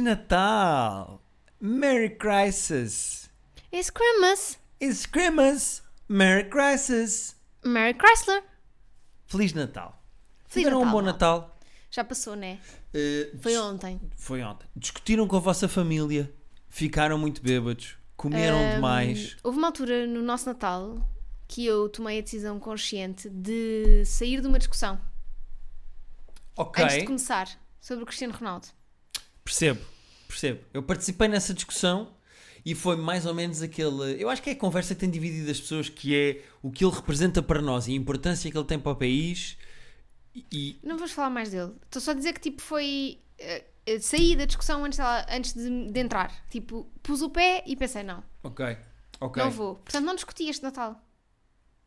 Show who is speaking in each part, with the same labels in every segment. Speaker 1: Natal. Merry Crisis.
Speaker 2: It's Christmas.
Speaker 1: It's Christmas. Merry Crisis.
Speaker 2: Merry Chrysler.
Speaker 1: Feliz Natal.
Speaker 2: Feliz
Speaker 1: Tiveram
Speaker 2: Natal.
Speaker 1: um bom Natal.
Speaker 2: Já passou, né?
Speaker 1: Eh,
Speaker 2: Foi
Speaker 1: dis-
Speaker 2: ontem.
Speaker 1: Foi ontem. Discutiram com a vossa família. Ficaram muito bêbados. Comeram
Speaker 2: Ahm,
Speaker 1: demais.
Speaker 2: Houve uma altura no nosso Natal que eu tomei a decisão consciente de sair de uma discussão
Speaker 1: Ok.
Speaker 2: antes de começar sobre o Cristiano Ronaldo.
Speaker 1: Percebo, percebo. Eu participei nessa discussão e foi mais ou menos aquele. Eu acho que é a conversa que tem dividido as pessoas, que é o que ele representa para nós e a importância que ele tem para o país. E- E
Speaker 2: Não vamos falar mais dele. Estou só a dizer que tipo foi. eh, eh, saí da discussão antes, dela- antes de, de entrar. Tipo, pus o pé e pensei, não,
Speaker 1: ok, ok.
Speaker 2: não vou. Portanto, não discuti este Natal.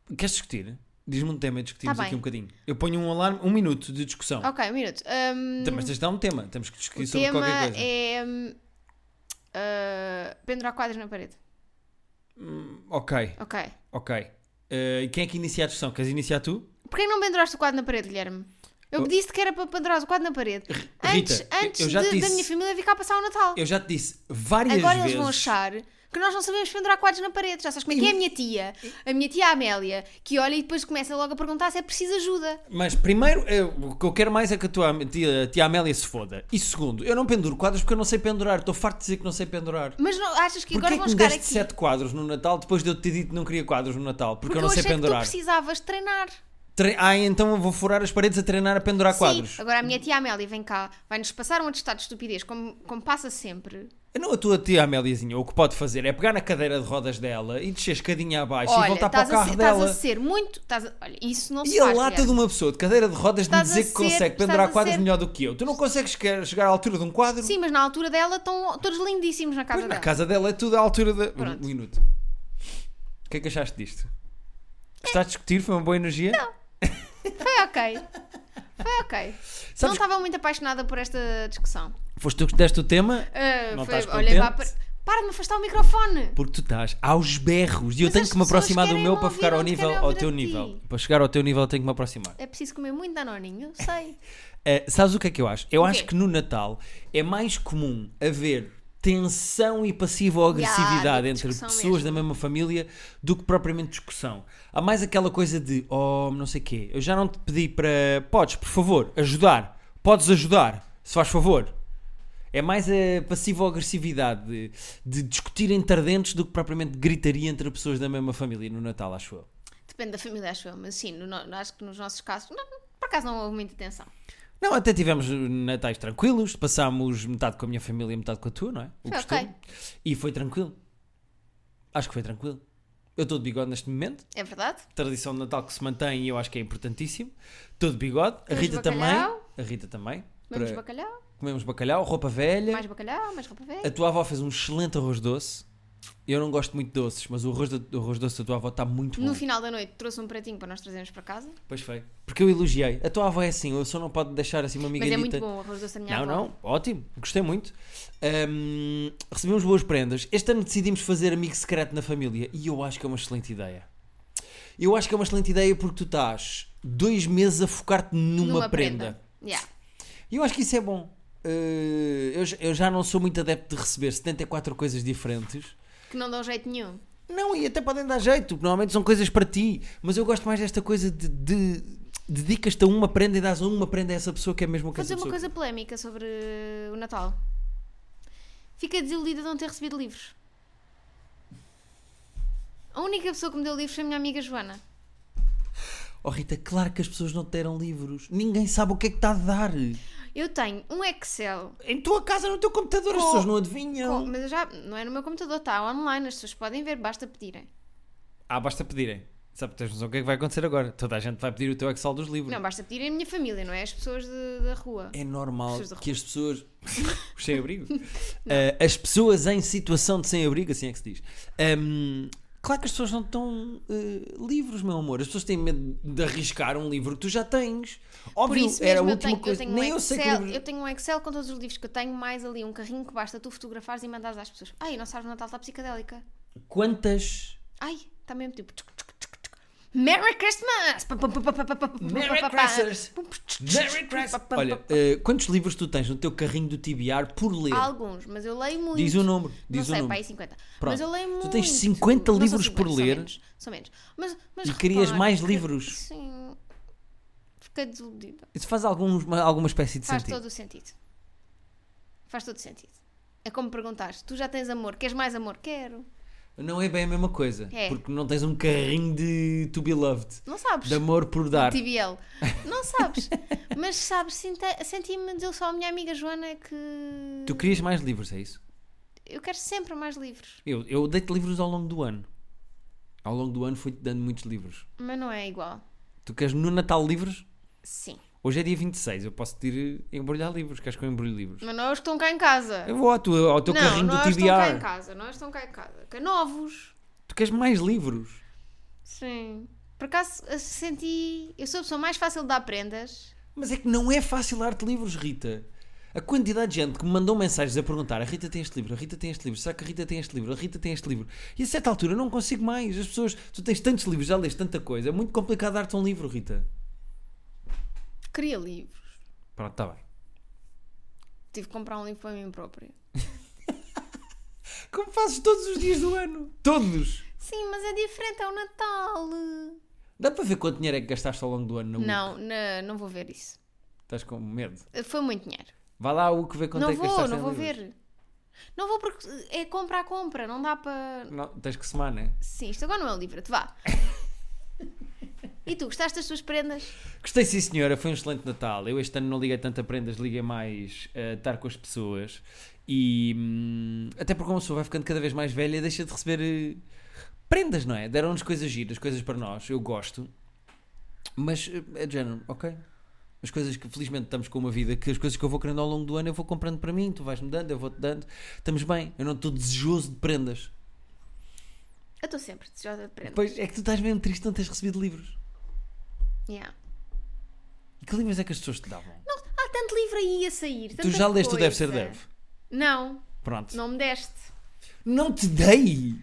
Speaker 1: Queres discutir? Diz-me um tema e discutimos
Speaker 2: Tá bem.
Speaker 1: aqui um bocadinho. Eu ponho um alarme, um minuto de discussão.
Speaker 2: Ok, um minuto. Ahm,
Speaker 1: Mas tens de dar um tema, temos que discutir
Speaker 2: o
Speaker 1: sobre
Speaker 2: tema
Speaker 1: qualquer coisa.
Speaker 2: é. hum, ah, pendurar quadros na parede.
Speaker 1: Ok,
Speaker 2: Ok.
Speaker 1: ok. Eh, E quem é que inicia a discussão? Queres iniciar tu?
Speaker 2: Porquê que não penduraste o quadro na parede, Guilherme? Eu
Speaker 1: Oh.
Speaker 2: disse que era para pendurar o quadro na parede. Antes,
Speaker 1: Rita, eu-
Speaker 2: antes
Speaker 1: eu já
Speaker 2: de- da
Speaker 1: disse-
Speaker 2: minha família vir cá passar o Natal.
Speaker 1: Eu já te disse várias
Speaker 2: Agora
Speaker 1: vezes.
Speaker 2: eles vão achar que nós não sabemos pendurar quadros na parede. Já sabes como é que é a minha tia, a minha tia Amélia, que olha e depois começa logo a perguntar se é preciso ajuda.
Speaker 1: Mas primeiro, eu- o que eu quero mais é que a tua am- tia, a tia Amélia se foda. E segundo, eu não penduro quadros porque eu não sei pendurar. Estou farto de dizer que não sei pendurar.
Speaker 2: Mas não, achas que
Speaker 1: Porquê
Speaker 2: agora
Speaker 1: é que
Speaker 2: vão
Speaker 1: me
Speaker 2: chegar
Speaker 1: deste
Speaker 2: aqui?
Speaker 1: sete quadros no Natal depois de eu te ter dito que não queria quadros no Natal? Porque,
Speaker 2: Porque
Speaker 1: eu não sei
Speaker 2: achei que tu
Speaker 1: pendurar.
Speaker 2: precisavas treinar.
Speaker 1: Tre- Ah, então eu vou furar as paredes a treinar a pendurar quadros.
Speaker 2: Sim, agora a minha tia Amélia vem cá, vai-nos passar um atestado de estupidez, como, como passa sempre.
Speaker 1: Não, a tua tia Améliazinha, o que pode fazer é pegar na cadeira de rodas dela e descer a escadinha abaixo e
Speaker 2: olha,
Speaker 1: voltar para o
Speaker 2: estás a
Speaker 1: carro
Speaker 2: ser, estás
Speaker 1: dela.
Speaker 2: a ser muito. estás a- olha, isso não se
Speaker 1: E a
Speaker 2: faz.
Speaker 1: lata
Speaker 2: Guilherme.
Speaker 1: de uma pessoa de cadeira de rodas de me
Speaker 2: Estás a
Speaker 1: dizer que
Speaker 2: ser-
Speaker 1: consegue
Speaker 2: estás
Speaker 1: pendurar
Speaker 2: a
Speaker 1: quadros
Speaker 2: ser-
Speaker 1: melhor do que eu. Tu não consegues chegar- chegar à altura de um quadro?
Speaker 2: Sim, mas na altura dela estão todos lindíssimos na casa
Speaker 1: Pois, na
Speaker 2: dela.
Speaker 1: casa dela é tudo à altura da.
Speaker 2: Pronto.
Speaker 1: Um minuto. O que é que achaste disto? Gostaste de discutir? Foi uma boa energia? Não.
Speaker 2: Foi ok. Foi ok. não
Speaker 1: Sabes,
Speaker 2: estava muito apaixonada por esta discussão.
Speaker 1: foste tu que deste o tema
Speaker 2: Ah,
Speaker 1: Não
Speaker 2: foi,
Speaker 1: estás
Speaker 2: olhei para, a
Speaker 1: contente?
Speaker 2: par- para de me afastar o microfone!
Speaker 1: porque tu estás aos berros e eu
Speaker 2: Mas
Speaker 1: tenho
Speaker 2: as
Speaker 1: que me
Speaker 2: pessoas
Speaker 1: aproximar do
Speaker 2: querem
Speaker 1: meu
Speaker 2: me
Speaker 1: para ficar
Speaker 2: ouvir,
Speaker 1: ao
Speaker 2: não te
Speaker 1: nível, ao
Speaker 2: querem ouvir
Speaker 1: teu
Speaker 2: a ti.
Speaker 1: nível. Para chegar ao teu nível eu tenho que me aproximar.
Speaker 2: É preciso comer muito danoninho, sei.
Speaker 1: Ah, sabes o que é que eu acho? Eu
Speaker 2: O
Speaker 1: acho
Speaker 2: quê?
Speaker 1: que no Natal é mais comum haver tensão e passiva ou
Speaker 2: Ya,
Speaker 1: agressividade
Speaker 2: de
Speaker 1: entre
Speaker 2: discussão
Speaker 1: pessoas da mesma família do que propriamente discussão. Há mais aquela coisa de, oh, não sei quê, eu já não te pedi para. Podes, por favor, ajudar. Podes ajudar, se faz favor. É mais a passiva ou agressividade de, de discutir entre dentes do que propriamente gritaria entre pessoas da mesma família no Natal, acho eu.
Speaker 2: Depende da família, acho eu, mas sim, no no- acho que nos nossos casos, não, por acaso não houve muita tensão.
Speaker 1: Não, até tivemos natais tranquilos, passámos metade com a minha família e metade com a tua, não é? O
Speaker 2: Foi
Speaker 1: costume.
Speaker 2: Ah, ok.
Speaker 1: E foi tranquilo. Acho que foi tranquilo. Eu estou de bigode neste momento,
Speaker 2: É verdade?
Speaker 1: tradição de Natal que se mantém e eu acho que é importantíssimo. Estou de bigode, a
Speaker 2: Comemos
Speaker 1: Rita
Speaker 2: bacalhau.
Speaker 1: também. A Rita também.
Speaker 2: Comemos
Speaker 1: Para-
Speaker 2: bacalhau,
Speaker 1: Comemos bacalhau, roupa velha.
Speaker 2: mais bacalhau, mais roupa
Speaker 1: A
Speaker 2: velha.
Speaker 1: tua avó fez um excelente arroz doce. Eu não gosto muito de doces, mas o arroz, da- o arroz doce da tua avó está muito bom.
Speaker 2: No final da noite trouxe um pratinho para nós trazermos para casa,
Speaker 1: Pois foi. Porque eu elogiei. A tua avó é assim, eu só não pode deixar assim uma
Speaker 2: mas
Speaker 1: migalhita.
Speaker 2: é muito bom o arroz doce da minha
Speaker 1: Não,
Speaker 2: avó.
Speaker 1: não, ótimo, gostei muito. Ahm, recebemos boas prendas. Este ano decidimos fazer amigo secreto na família e eu acho que é uma excelente ideia. Eu acho que é uma excelente ideia porque tu estás dois meses a focar-te numa, prenda.
Speaker 2: Yeah.
Speaker 1: E eu acho que isso é bom. Eh, eu, j- eu já não sou muito adepto de receber 74 coisas diferentes.
Speaker 2: Que não dão jeito nenhum.
Speaker 1: Não, e até podem dar jeito, porque normalmente são coisas para ti. Mas eu gosto mais desta coisa de. de dedicas-te a uma prenda e dás uma prenda a essa pessoa que é mesmo que
Speaker 2: Vou
Speaker 1: essa
Speaker 2: dizer uma
Speaker 1: pessoa.
Speaker 2: coisa polémica sobre o Natal. Fiquei desiludida de não ter recebido livros. A única pessoa que me deu livros foi a minha amiga Joana.
Speaker 1: Oh Rita, claro que as pessoas não te deram livros. Ninguém sabe o que é que está a dar.
Speaker 2: Eu tenho um Excel,
Speaker 1: Em tua casa, no teu computador, as
Speaker 2: Com-
Speaker 1: pessoas não
Speaker 2: com-
Speaker 1: adivinham.
Speaker 2: mas eu já não é no meu computador, está online, as pessoas podem ver, basta pedirem.
Speaker 1: Ah, basta pedirem. Sabe, tens noção o que é que vai acontecer agora? Toda a gente vai pedir o teu Excel dos livros.
Speaker 2: Não, basta pedirem a minha família, não é as pessoas de- da rua.
Speaker 1: Hum. É normal
Speaker 2: Pessoas de
Speaker 1: que as pessoas. Os sem-abrigo. Ah, as pessoas em situação de sem-abrigo, assim é que se diz. Ahm, claro que as pessoas não estão ah, livros, meu amor. As pessoas têm medo de arriscar um livro que tu já tens.
Speaker 2: Por
Speaker 1: Óbvio,
Speaker 2: isso
Speaker 1: era a
Speaker 2: mesmo
Speaker 1: última
Speaker 2: eu tenho, eu
Speaker 1: coisa.
Speaker 2: tenho um
Speaker 1: Nem eu sei que
Speaker 2: Excel,
Speaker 1: livro.
Speaker 2: eu tenho um Excel com todos os livros que eu tenho, mais ali um carrinho que basta tu fotografares e mandares às pessoas. Ai, tá a nossa árvore de Natal está psicadélica.
Speaker 1: Quantas.
Speaker 2: Ai, está mesmo tipo. tchuc, tchuc, tchuc, tchuc. Merry Christmas! Pa, pa, pa, pa, pa, pa, pa,
Speaker 1: Merry
Speaker 2: pa, pa, pa.
Speaker 1: Christmas! Merry Christmas! Olha, eh, quantos livros tu tens no teu carrinho do TBR por ler?
Speaker 2: Há alguns, mas eu leio muito.
Speaker 1: Diz o número. Diz
Speaker 2: não
Speaker 1: o
Speaker 2: sei,
Speaker 1: número.
Speaker 2: pá, aí 50.
Speaker 1: Pronto.
Speaker 2: Mas eu leio muito.
Speaker 1: Tu tens 50
Speaker 2: Não são
Speaker 1: livros por
Speaker 2: 50, são
Speaker 1: ler?
Speaker 2: menos, São menos. Mas, mas
Speaker 1: E querias
Speaker 2: repara
Speaker 1: mais
Speaker 2: que-
Speaker 1: livros?
Speaker 2: Sim. Fiquei desiludida.
Speaker 1: Isso faz algum, alguma espécie de
Speaker 2: Faz
Speaker 1: sentido.
Speaker 2: todo o sentido. Faz todo o sentido. É como perguntar: tu já tens amor, queres mais amor? Quero.
Speaker 1: Não é bem a mesma coisa.
Speaker 2: É.
Speaker 1: Porque não tens um carrinho de to be loved.
Speaker 2: Não sabes.
Speaker 1: De amor por dar.
Speaker 2: TBL. Não sabes. mas sabes, senti- senti-me de só a minha amiga Joana que.
Speaker 1: Tu querias mais livros, é isso?
Speaker 2: Eu quero sempre mais livros.
Speaker 1: Eu, eu dei-te livros ao longo do ano. Ao longo do ano fui-te dando muitos livros.
Speaker 2: Mas não é igual.
Speaker 1: Tu queres no Natal livros?
Speaker 2: Sim.
Speaker 1: Hoje é dia 26, eu posso te ir embrulhar livros. Queres que eu embrulhe livros?
Speaker 2: Mas não é os que estão cá em casa.
Speaker 1: Eu vou ao teu, ao teu
Speaker 2: não,
Speaker 1: carrinho
Speaker 2: não é
Speaker 1: do
Speaker 2: os que estão cá em
Speaker 1: TBR.
Speaker 2: casa. Não é os que estão cá em casa. Que é novos.
Speaker 1: Tu queres mais livros?
Speaker 2: Sim. Por acaso eu senti. Eu sou a pessoa mais fácil de dar prendas.
Speaker 1: Mas é que não é fácil dar-te livros, Rita. A quantidade de gente que me mandou mensagens a perguntar: a Rita tem este livro, a Rita tem este livro, será que a Rita tem este livro, a Rita tem este livro? E a certa altura eu não consigo mais. As pessoas, tu tens tantos livros, já lês tanta coisa, é muito complicado dar-te um livro, Rita.
Speaker 2: Queria livros.
Speaker 1: Pronto, está bem.
Speaker 2: Tive que comprar um livro para mim própria.
Speaker 1: Como fazes todos os dias do ano? Todos!
Speaker 2: Sim, mas é diferente, é o Natal.
Speaker 1: Dá para ver quanto dinheiro é que gastaste ao longo do ano na UC?
Speaker 2: Não, na- não vou ver isso.
Speaker 1: Estás com medo.
Speaker 2: Foi muito dinheiro.
Speaker 1: Vá lá à UC ver quanto
Speaker 2: não
Speaker 1: é que
Speaker 2: vou,
Speaker 1: gastaste
Speaker 2: não
Speaker 1: em
Speaker 2: vou
Speaker 1: livros.
Speaker 2: ver. Não vou porque é compra a compra, não dá para.
Speaker 1: Não, tens que semar, né?
Speaker 2: Sim, isto agora não é um livro, te vá. e tu, gostaste das tuas prendas?
Speaker 1: Gostei, sim, senhora. Foi um excelente Natal. Eu este ano não liguei tanto a prendas, liguei mais a estar com as pessoas. E hum, até porque uma pessoa vai ficando cada vez mais velha e deixa de receber eh, prendas, não é? Deram-nos coisas giras, coisas para nós. Eu gosto, mas eh, é de género, ok. As coisas que felizmente estamos com uma vida que as coisas que eu vou querendo ao longo do ano eu vou comprando para mim, tu vais-me dando, eu vou-te dando. Estamos bem, eu não estou desejoso de prendas.
Speaker 2: Eu estou sempre desejosa de prendas.
Speaker 1: Pois é que tu estás mesmo triste de não teres recebido livros.
Speaker 2: Yeah.
Speaker 1: E que livros é que as pessoas te davam?
Speaker 2: Não, há tanto livro aí a sair.
Speaker 1: tu
Speaker 2: tanta
Speaker 1: já leste o
Speaker 2: coisa.
Speaker 1: Deve Ser Deve.
Speaker 2: Não,
Speaker 1: Pronto.
Speaker 2: não me deste.
Speaker 1: Não te dei?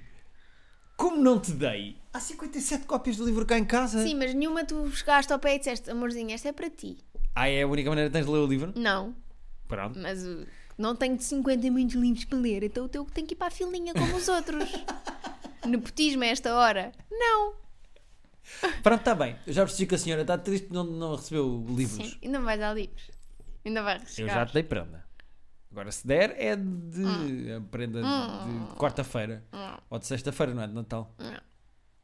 Speaker 1: Como não te dei? Há 57 cópias do livro cá em casa.
Speaker 2: Sim, mas nenhuma tu chegaste ao pé e disseste, amorzinho, esta é para ti.
Speaker 1: Ah, é a única maneira que tens de ler o livro?
Speaker 2: Não,
Speaker 1: Pronto.
Speaker 2: mas uh, não tenho de 50 muitos livros para ler, então o teu tem que ir para a filinha como os outros. Nepotismo a esta hora? Não. Hum.
Speaker 1: Pronto, está bem. Eu já percebi que a senhora está triste porque não, não recebeu livros.
Speaker 2: Sim, ainda vai dar livros. Ainda vai
Speaker 1: Eu
Speaker 2: chegar.
Speaker 1: já te dei prenda. Agora, se der, é de
Speaker 2: Hum.
Speaker 1: a prenda de- de quarta-feira. Ou de sexta-feira, não é de Natal.
Speaker 2: Não.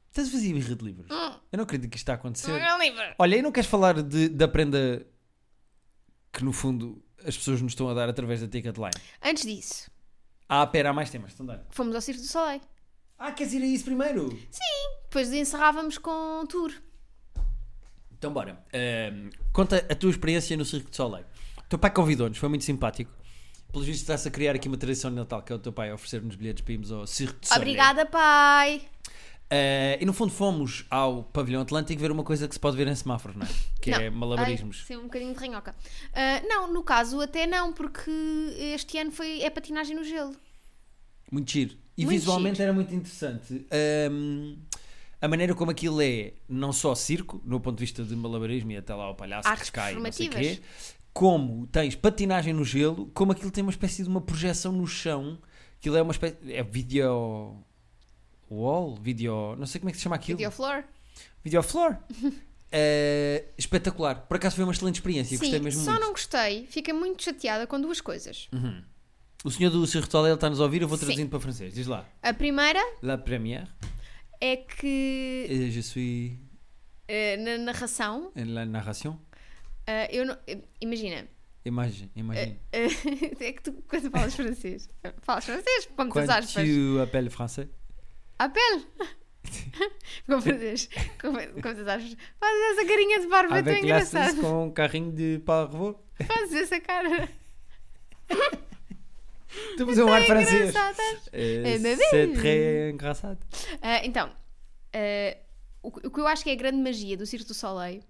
Speaker 1: Estás vazio birra de livros. Eu não acredito que isto está a acontecer.
Speaker 2: Hum. Não é um livro.
Speaker 1: Olha, e não queres falar de, da prenda que, no fundo, as pessoas nos estão a dar através da Ticketline?
Speaker 2: Antes disso,
Speaker 1: Ah, pera, há mais temas. Então dá.
Speaker 2: fomos ao Circo do Soleil.
Speaker 1: Ah, queres ir a isso primeiro?
Speaker 2: Depois encerrávamos com um tour.
Speaker 1: Então bora. Ahm, conta a tua experiência no Circo de Soleil. O teu pai convidou-nos, foi muito simpático. Pelos vistos está-se a criar aqui uma tradição de Natal, que é o teu pai oferecer-nos bilhetes para irmos ao Circo de Soleil.
Speaker 2: Obrigada, pai.
Speaker 1: Ah, e no fundo fomos ao pavilhão atlântico ver uma coisa que se pode ver em semáforos, não é? Que
Speaker 2: Não.
Speaker 1: é
Speaker 2: Ai,
Speaker 1: malabarismos.
Speaker 2: sim, um bocadinho de ranhoca. Ah, não, no caso até não, porque este ano foi, é patinagem no gelo.
Speaker 1: Muito giro. E
Speaker 2: Muito
Speaker 1: visualmente era muito interessante. Ahm, a maneira como aquilo é, não só circo, no ponto de vista de malabarismo e até lá o palhaço
Speaker 2: Artes
Speaker 1: que cai, não sei o
Speaker 2: performativas.
Speaker 1: quê, como tens patinagem no gelo, como aquilo tem uma espécie de uma projeção no chão, aquilo é uma espécie. É video. wall? Video. não sei como é que se chama aquilo.
Speaker 2: Videoflor.
Speaker 1: Videofloor. Eh, espetacular. Por acaso foi uma excelente experiência,
Speaker 2: Sim,
Speaker 1: gostei mesmo
Speaker 2: só
Speaker 1: muito.
Speaker 2: não gostei. Fiquei muito chateada com duas coisas.
Speaker 1: O senhor do Circo Toledo está-nos a ouvir, eu vou
Speaker 2: Sim.
Speaker 1: traduzindo para francês. Diz lá.
Speaker 2: A primeira
Speaker 1: La première,
Speaker 2: é que
Speaker 1: eh, je suis
Speaker 2: eh, na narração,
Speaker 1: la narration.
Speaker 2: ah, eu não- eh, imagina,
Speaker 1: Imagine, imagine.
Speaker 2: é que tu quando falas francês, falas francês, como tu
Speaker 1: Quando
Speaker 2: aspas.
Speaker 1: tu appelles français?
Speaker 2: Apel! com francês, com, com as aspas. Fazes essa carinha de barba, tu é
Speaker 1: Avec
Speaker 2: engraçado.
Speaker 1: glaces com carrinho de parvo.
Speaker 2: Fazes essa cara.
Speaker 1: Tu fazer um ar francês.
Speaker 2: Engraçado, estás?
Speaker 1: Eh,
Speaker 2: Eh, bebê.
Speaker 1: C'est très engraçado.
Speaker 2: Ah, então, ah, o, que- o que eu acho que é a grande magia do Circo do Soleil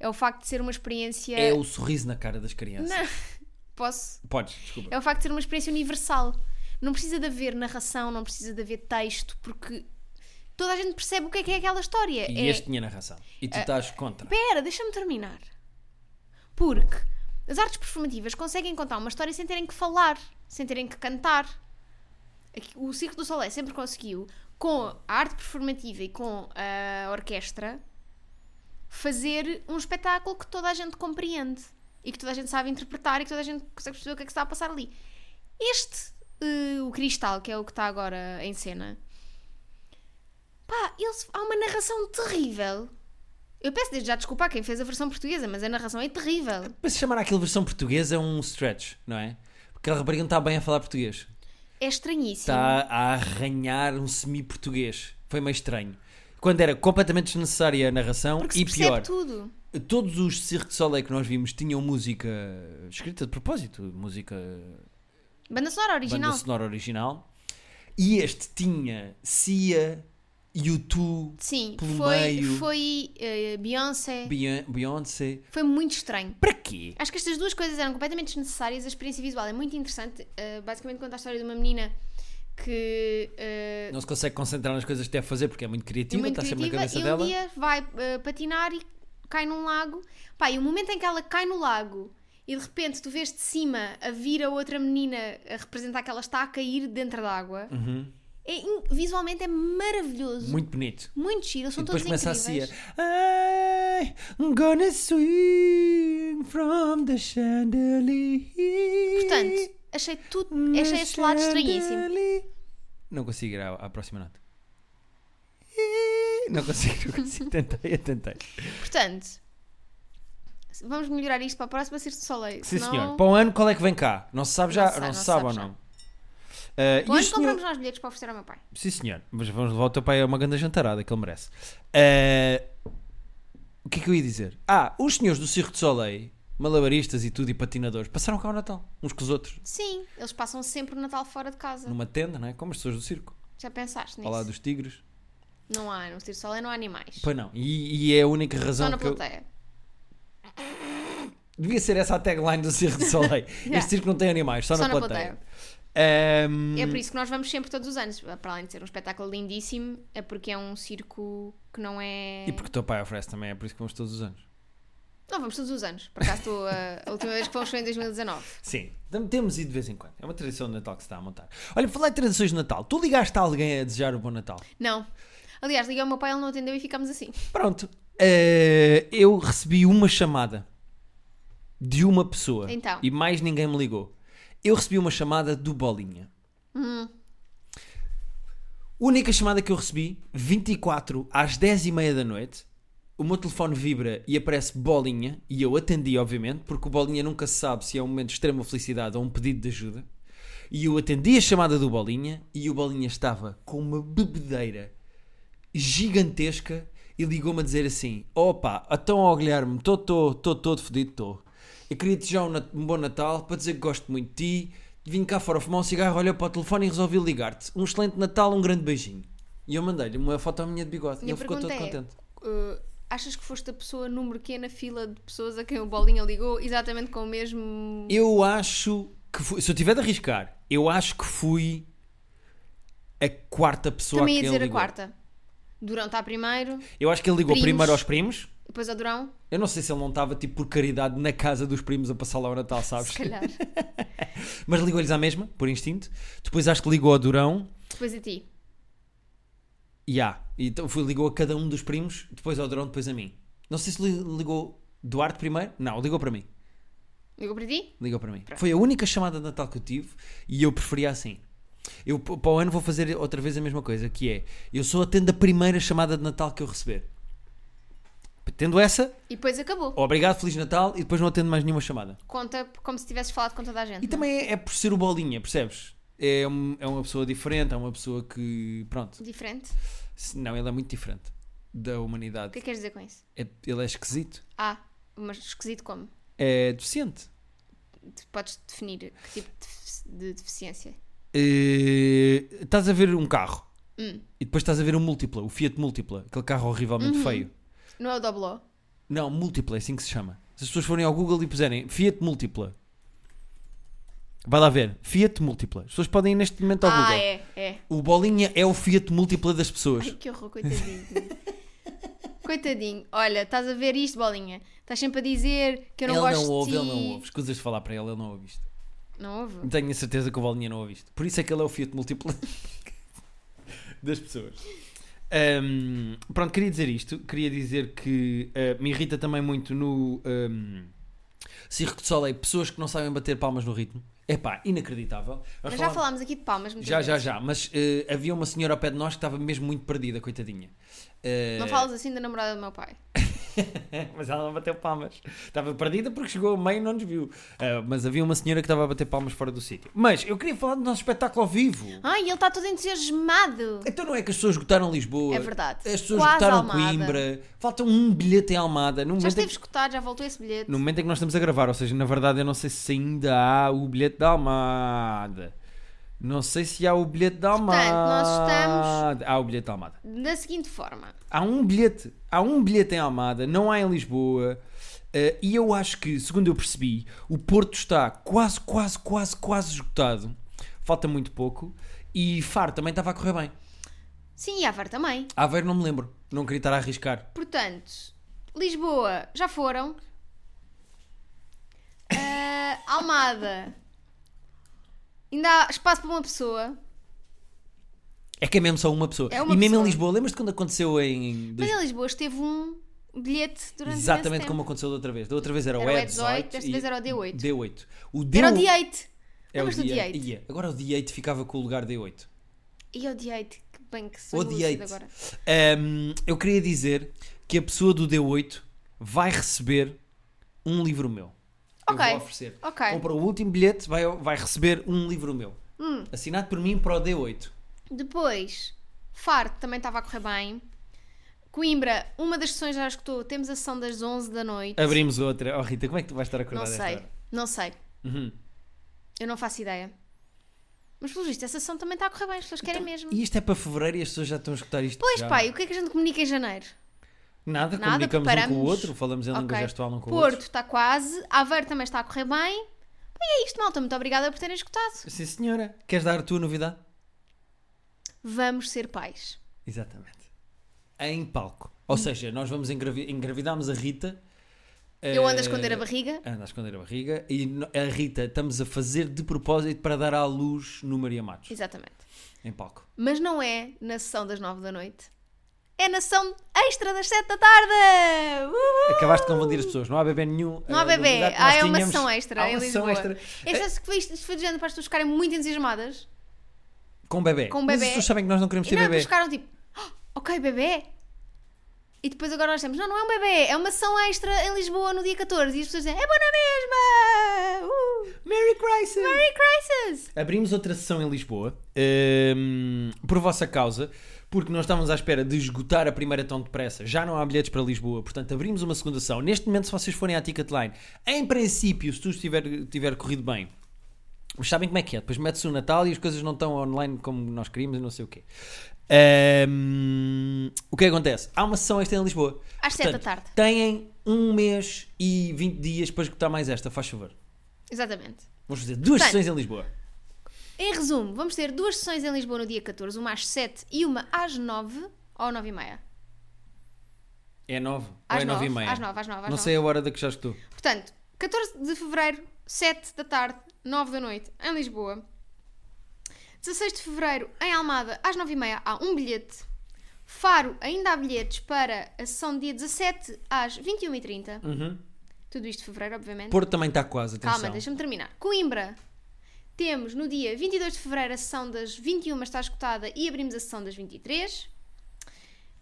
Speaker 2: é o facto de ser uma experiência.
Speaker 1: É o sorriso na cara das crianças.
Speaker 2: Não. Posso?
Speaker 1: Podes, desculpa.
Speaker 2: É o facto de ser uma experiência universal. Não precisa de haver narração, não precisa de haver texto, porque toda a gente percebe o que é que é aquela história.
Speaker 1: E
Speaker 2: é,
Speaker 1: este tinha narração. E
Speaker 2: eh,
Speaker 1: tu estás contra.
Speaker 2: Pera, deixa-me terminar. Porque as artes performativas conseguem contar uma história sem terem que falar, sem terem que cantar. Aqui- O Circo do Soleil sempre conseguiu, com a arte performativa e com a orquestra, fazer um espetáculo que toda a gente compreende e que toda a gente sabe interpretar e que toda a gente consegue perceber o que é que está a passar ali. Este, eh, o Cristal, que é o que está agora em cena, pá, eles, há uma narração terrível. Eu peço desde já desculpa a quem fez a versão portuguesa, mas a narração é terrível.
Speaker 1: Mas se chamar aquilo versão portuguesa é um stretch, não é? Porque a rapariga não está bem a falar português.
Speaker 2: É estranhíssimo.
Speaker 1: Está a arranhar um semi-português. Foi meio estranho. Quando era completamente desnecessária a narração
Speaker 2: Porque
Speaker 1: e
Speaker 2: se percebe
Speaker 1: pior.
Speaker 2: tudo.
Speaker 1: Todos os Cirque de Soleil que nós vimos tinham música escrita de propósito, música
Speaker 2: Banda sonora original.
Speaker 1: banda sonora original. E este tinha Cia, U2,
Speaker 2: Sim,
Speaker 1: pelo
Speaker 2: foi,
Speaker 1: meio.
Speaker 2: foi eh, Beyoncé.
Speaker 1: Beyon- Beyoncé.
Speaker 2: Foi muito estranho.
Speaker 1: Para quê?
Speaker 2: Acho que estas duas coisas eram completamente desnecessárias. A experiência visual é muito interessante. eh, basicamente conta a história de uma menina que eh,
Speaker 1: Não se consegue concentrar nas coisas que deve fazer porque é muito
Speaker 2: é
Speaker 1: criativa,
Speaker 2: muito
Speaker 1: está sempre na
Speaker 2: criativa
Speaker 1: cabeça
Speaker 2: e um
Speaker 1: dela.
Speaker 2: dia vai eh, patinar e cai num lago. Pá, e o momento em que ela cai no lago e de repente tu vês de cima a vir a outra menina a representar que ela está a cair dentro da água.
Speaker 1: Uhum.
Speaker 2: É in- visualmente é maravilhoso.
Speaker 1: Muito bonito.
Speaker 2: Muito giro, eles são
Speaker 1: e depois
Speaker 2: todos
Speaker 1: começa
Speaker 2: incríveis.
Speaker 1: a Cia. I'm gonna swing from the chandelier.
Speaker 2: Portanto, achei tudo, achei esse é lado estranhíssimo.
Speaker 1: Não consigo ir à, à próxima nota. Não consigo, não consigo. Tentei, eu tentei.
Speaker 2: Portanto, vamos melhorar isto para a próxima Circo de Soleil.
Speaker 1: Sim,
Speaker 2: senão-
Speaker 1: senhor. Para o ano, qual é que vem cá? Não se sabe já? Não
Speaker 2: Não sei,
Speaker 1: se,
Speaker 2: não se
Speaker 1: sabe,
Speaker 2: sabe
Speaker 1: ou
Speaker 2: já.
Speaker 1: não? Ah, e
Speaker 2: Para
Speaker 1: o
Speaker 2: onde
Speaker 1: senhor-
Speaker 2: compramos nós bilhetes para oferecer ao meu pai?
Speaker 1: Sim, senhor. Mas vamos levar o teu pai a uma grande jantarada que ele merece. Eh, o que é que eu ia dizer? Ah, os senhores do Circo de Soleil, malabaristas e tudo, e patinadores, passaram cá o Natal, uns com os outros,
Speaker 2: Sim, eles passam sempre o Natal fora de casa.
Speaker 1: numa tenda, não é? Como as pessoas do circo.
Speaker 2: Já pensaste nisso?
Speaker 1: Ao lado dos tigres.
Speaker 2: Não há, no Circo de Soleil não há animais.
Speaker 1: Pois não. E, e é a única
Speaker 2: Só
Speaker 1: razão
Speaker 2: na
Speaker 1: que eu...
Speaker 2: plateia.
Speaker 1: Devia ser essa a tagline do Circo de Soleil.
Speaker 2: Yeah.
Speaker 1: Este circo não tem animais, só,
Speaker 2: Só na
Speaker 1: plateia. Ehm,
Speaker 2: É por isso que nós vamos sempre todos os anos. Para além de ser um espetáculo lindíssimo, é porque é um circo que não é.
Speaker 1: E porque o teu pai oferece também, é por isso que vamos todos os anos.
Speaker 2: Não, vamos todos os anos. Por acaso estou eh, a, a última vez que fomos foi em 2019.
Speaker 1: Sim, tam- temos ido de vez em quando. É uma tradição de Natal que se está a montar. Olha, falar de tradições de Natal. Tu ligaste a alguém a desejar o bom Natal?
Speaker 2: Não. Aliás, liguei ao meu pai, ele não atendeu e ficámos assim.
Speaker 1: Pronto. Eh, eu recebi uma chamada de uma pessoa
Speaker 2: Então.
Speaker 1: e mais ninguém me ligou. Eu recebi uma chamada do Bolinha. Única chamada que eu recebi, 24 às 10h30 da noite. O meu telefone vibra e aparece Bolinha. E eu atendi, obviamente, porque o Bolinha nunca se sabe se é um momento de extrema felicidade ou um pedido de ajuda. E eu atendi a chamada do Bolinha e o Bolinha estava com uma bebedeira gigantesca e ligou-me a dizer assim: Opa, então ó Guilherme, estou todo fodido, estou. Eu queria te desejar um, nat- um bom Natal para dizer que gosto muito de ti. Vim cá fora fumar um cigarro, olhei para o telefone e resolvi ligar-te. Um excelente Natal, um grande beijinho. E eu mandei-lhe uma foto à minha de bigode. e
Speaker 2: Minha
Speaker 1: ele ficou todo
Speaker 2: pergunta é,
Speaker 1: contente.
Speaker 2: Uh, achas que foste a pessoa número que é na fila de pessoas a quem o Bolinha ligou exatamente com o mesmo.
Speaker 1: Eu acho que fui, se eu tiver de arriscar, eu acho que fui a quarta pessoa a
Speaker 2: Também ia
Speaker 1: quem
Speaker 2: dizer
Speaker 1: ele
Speaker 2: a
Speaker 1: ligou.
Speaker 2: quarta. Durão está primeiro,
Speaker 1: Eu acho que ele ligou
Speaker 2: Primos.
Speaker 1: primeiro aos primos.
Speaker 2: depois ao Durão,
Speaker 1: Eu não sei se ele não estava, tipo, por caridade na casa dos primos a passar lá o Natal, sabes?
Speaker 2: se calhar.
Speaker 1: Mas ligou-lhes à mesma, por instinto. Depois acho que ligou ao Durão.
Speaker 2: depois a ti.
Speaker 1: E há. E Então foi, ligou a cada um dos primos, depois ao Durão, depois a mim. Não sei se li- ligou Duarte primeiro. Não, ligou para mim.
Speaker 2: Ligou para ti?
Speaker 1: Ligou para mim. Foi a única chamada de Natal que eu tive e eu preferia assim. Eu p- para o ano vou fazer outra vez a mesma coisa, que é eu só atendo a primeira chamada de Natal que eu receber. Tendo essa,
Speaker 2: E depois acabou.
Speaker 1: obrigado, Feliz Natal, e depois não atendo mais nenhuma chamada.
Speaker 2: Conta como se tivesses falado com toda a gente.
Speaker 1: E
Speaker 2: não é?
Speaker 1: também é, é por ser o bolinha, percebes? É, um- é uma pessoa diferente, é uma pessoa que. Pronto.
Speaker 2: Diferente.
Speaker 1: Se- Não, ele é muito diferente da
Speaker 2: O
Speaker 1: humanidade.
Speaker 2: que é que queres dizer com isso?
Speaker 1: É- ele é esquisito.
Speaker 2: Ah, mas esquisito como?
Speaker 1: É deficiente.
Speaker 2: Tu podes definir que tipo de, defi- de deficiência.
Speaker 1: Eh, estás a ver um carro
Speaker 2: Hum.
Speaker 1: e depois estás a ver um múltipla, o Fiat múltipla, aquele carro horrivelmente
Speaker 2: Uhum.
Speaker 1: feio.
Speaker 2: Não é o dobló.
Speaker 1: Não, múltipla, é assim que se chama. Se as pessoas forem ao Google e puserem Fiat múltipla, Vai lá ver. Fiat múltipla. As pessoas podem ir neste momento ao
Speaker 2: ah,
Speaker 1: Google.
Speaker 2: é, é.
Speaker 1: O Bolinha é o Fiat múltipla das pessoas.
Speaker 2: Ai, que horror, coitadinho. coitadinho. Olha, estás a ver isto, bolinha. Estás sempre a dizer que eu não
Speaker 1: ele
Speaker 2: gosto
Speaker 1: não ouve,
Speaker 2: de ti.
Speaker 1: ele não ouve. Escusas de falar para ele, ele não ouve isto.
Speaker 2: Não ouve?
Speaker 1: Tenho a certeza que o Bolinha não ouve isto. Por isso é que ele é o Fiat múltipla das pessoas. Ahm, pronto, queria dizer isto. Queria dizer que ah, me irrita também muito no ahm, Circo de Soleil pessoas que não sabem bater palmas no ritmo. Epá, inacreditável. Nós
Speaker 2: Nós já
Speaker 1: falamos-
Speaker 2: falámos aqui de palmas muitas
Speaker 1: Já, já,
Speaker 2: vezes.
Speaker 1: já. Mas eh, havia uma senhora ao pé de nós que estava mesmo muito perdida, coitadinha. Eh,
Speaker 2: Não falas assim da namorada do meu pai.
Speaker 1: É, mas ela não bateu palmas. Estava perdida porque chegou a meio e não nos viu. Eh, mas havia uma senhora que estava a bater palmas fora do sítio. Mas eu queria falar do nosso espetáculo ao vivo.
Speaker 2: Ai, ele está todo entusiasmado.
Speaker 1: Então não é que as pessoas esgotaram Lisboa.
Speaker 2: É verdade.
Speaker 1: As pessoas
Speaker 2: Quase
Speaker 1: esgotaram
Speaker 2: Almada.
Speaker 1: Coimbra. Falta um bilhete em Almada. No
Speaker 2: Já
Speaker 1: momento, em
Speaker 2: esteve
Speaker 1: que,
Speaker 2: escutado, já voltou esse bilhete.
Speaker 1: no momento em que nós estamos a gravar. Ou seja, na verdade eu não sei se ainda há o bilhete da Almada. Não sei se há o bilhete da Almada.
Speaker 2: Portanto, nós estamos-
Speaker 1: Há o bilhete da Almada.
Speaker 2: Da seguinte forma.
Speaker 1: há um bilhete, há um bilhete em Almada, não há em Lisboa. eh, e eu acho que, segundo eu percebi, o Porto está quase, quase, quase, quase esgotado. Falta muito pouco. E Faro também estava a correr bem.
Speaker 2: Sim, e Avar também.
Speaker 1: Aveiro não me lembro. Não queria estar a arriscar.
Speaker 2: Portanto, Lisboa, já foram. Ah, Almada. Ainda há espaço para uma pessoa.
Speaker 1: É que é mesmo só uma pessoa.
Speaker 2: É uma
Speaker 1: e mesmo
Speaker 2: pessoa.
Speaker 1: em Lisboa, lembras-te quando aconteceu em.
Speaker 2: Mas
Speaker 1: dois-
Speaker 2: em Lisboa esteve um bilhete durante imenso
Speaker 1: Exatamente
Speaker 2: tempo.
Speaker 1: como aconteceu da outra vez. Da outra vez era,
Speaker 2: Era
Speaker 1: o
Speaker 2: o
Speaker 1: E18.
Speaker 2: E18, desta vez era o D8.
Speaker 1: D8. O
Speaker 2: Era o
Speaker 1: D8
Speaker 2: D8.
Speaker 1: é o
Speaker 2: Lembras do
Speaker 1: D8.
Speaker 2: D8?
Speaker 1: Ia. Agora o D8 ficava com o lugar D8.
Speaker 2: E é o D8, que bem que sou
Speaker 1: Odiei.
Speaker 2: lúcida agora.
Speaker 1: eu queria dizer que a pessoa do D8 vai receber um livro meu.
Speaker 2: Ok.
Speaker 1: Eu vou oferecer.
Speaker 2: Ok.
Speaker 1: Compra o último bilhete, vai, vai receber um livro meu.
Speaker 2: Hum.
Speaker 1: Assinado por mim para o D8.
Speaker 2: Depois, Faro também estava a correr bem. Coimbra, uma das sessões já escutou. Temos a sessão das 11 da noite.
Speaker 1: Abrimos outra. Oh Rita, como é que tu vais estar acordada
Speaker 2: Não
Speaker 1: desta
Speaker 2: sei,
Speaker 1: hora?
Speaker 2: não sei.
Speaker 1: Uhum.
Speaker 2: Eu não faço ideia. Mas pelo visto, essa sessão também está a correr bem, as pessoas querem mesmo.
Speaker 1: E isto é para fevereiro e as pessoas já estão a escutar isto.
Speaker 2: Pois,
Speaker 1: já.
Speaker 2: pai, o que é que a gente comunica em janeiro?
Speaker 1: Nada,
Speaker 2: Nada,
Speaker 1: comunicamos um com o
Speaker 2: preparamos.
Speaker 1: outro, falamos em língua
Speaker 2: Ok.
Speaker 1: gestual um com o
Speaker 2: Porto
Speaker 1: outro.
Speaker 2: está quase, Aveiro também está a correr bem. E é isto, malta. Muito obrigada por terem escutado.
Speaker 1: Sim, senhora. Queres dar a tua novidade?
Speaker 2: Vamos ser pais.
Speaker 1: Exatamente. Em palco. Ou seja, nós vamos engravi engravidarmos a Rita.
Speaker 2: Eu ando
Speaker 1: eh,
Speaker 2: a esconder a barriga.
Speaker 1: Anda a esconder a barriga e no- a Rita estamos a fazer de propósito para dar à luz no Maria Matos,
Speaker 2: Exatamente.
Speaker 1: em palco.
Speaker 2: Mas não é na sessão das 9 da noite. É na sessão extra das 7 da
Speaker 1: É
Speaker 2: tarde! Uhul!
Speaker 1: Acabaste de confundir as pessoas, não há bebê nenhum.
Speaker 2: Não há
Speaker 1: eh,
Speaker 2: bebê.
Speaker 1: novidade que
Speaker 2: Ah,
Speaker 1: nós
Speaker 2: é uma
Speaker 1: tenhamos.
Speaker 2: sessão extra.
Speaker 1: Há
Speaker 2: em
Speaker 1: uma sessão
Speaker 2: Lisboa.
Speaker 1: extra. É-
Speaker 2: Eu já sei que foi isto, isto foi de género para as pessoas ficarem muito entusiasmadas.
Speaker 1: Com bebê.
Speaker 2: Com
Speaker 1: Mas as
Speaker 2: bebê.
Speaker 1: pessoas sabem que nós não queremos
Speaker 2: E
Speaker 1: ter
Speaker 2: não,
Speaker 1: bebê.
Speaker 2: depois ficaram tipo, "Ah, ok, bebê. E depois agora nós temos, não, não é um bebê, é uma sessão extra em Lisboa no dia 14. E as pessoas dizem, é boa na mesma! Uh,
Speaker 1: Merry Crisis!
Speaker 2: Merry Crisis!
Speaker 1: Abrimos outra sessão em Lisboa, ehm, por vossa causa, porque nós estávamos à espera de esgotar a primeira tão depressa. Já não há bilhetes para Lisboa, portanto abrimos uma segunda sessão. Neste momento, se vocês forem à Ticketline, em princípio, se tudo tiver, tiver corrido bem, mas sabem como é que é? Depois mete-se o Natal e as coisas não estão online como nós queríamos e não sei o quê. Ehm, o que é que acontece? Há uma sessão esta em Lisboa.
Speaker 2: Às sete da tarde.
Speaker 1: Têm um mês e 20 dias para esgotar mais esta, faz favor.
Speaker 2: Exatamente.
Speaker 1: Vamos fazer duas
Speaker 2: Portanto,
Speaker 1: sessões em Lisboa.
Speaker 2: Em resumo, vamos ter duas sessões em Lisboa no dia 14, uma às 7 e uma às 9 ou 9 e meia.
Speaker 1: É 9? Ou
Speaker 2: Às
Speaker 1: é 9 e
Speaker 2: nove,
Speaker 1: meia?
Speaker 2: às nove, às nove, às
Speaker 1: Não
Speaker 2: nove.
Speaker 1: sei a hora da que já estou.
Speaker 2: Portanto, 14 de fevereiro, 7 da tarde, 9 da noite, em Lisboa. 16 de fevereiro, em Almada, às 9h30, há um bilhete. Faro, ainda há bilhetes para a sessão dia 17 às 21h30. Tudo isto de fevereiro, obviamente.
Speaker 1: Porto também está quase, atenção.
Speaker 2: Uhum. Calma, deixa-me terminar. Coimbra, temos no dia 22 de fevereiro a sessão das 21 está escutada e abrimos a sessão das 23.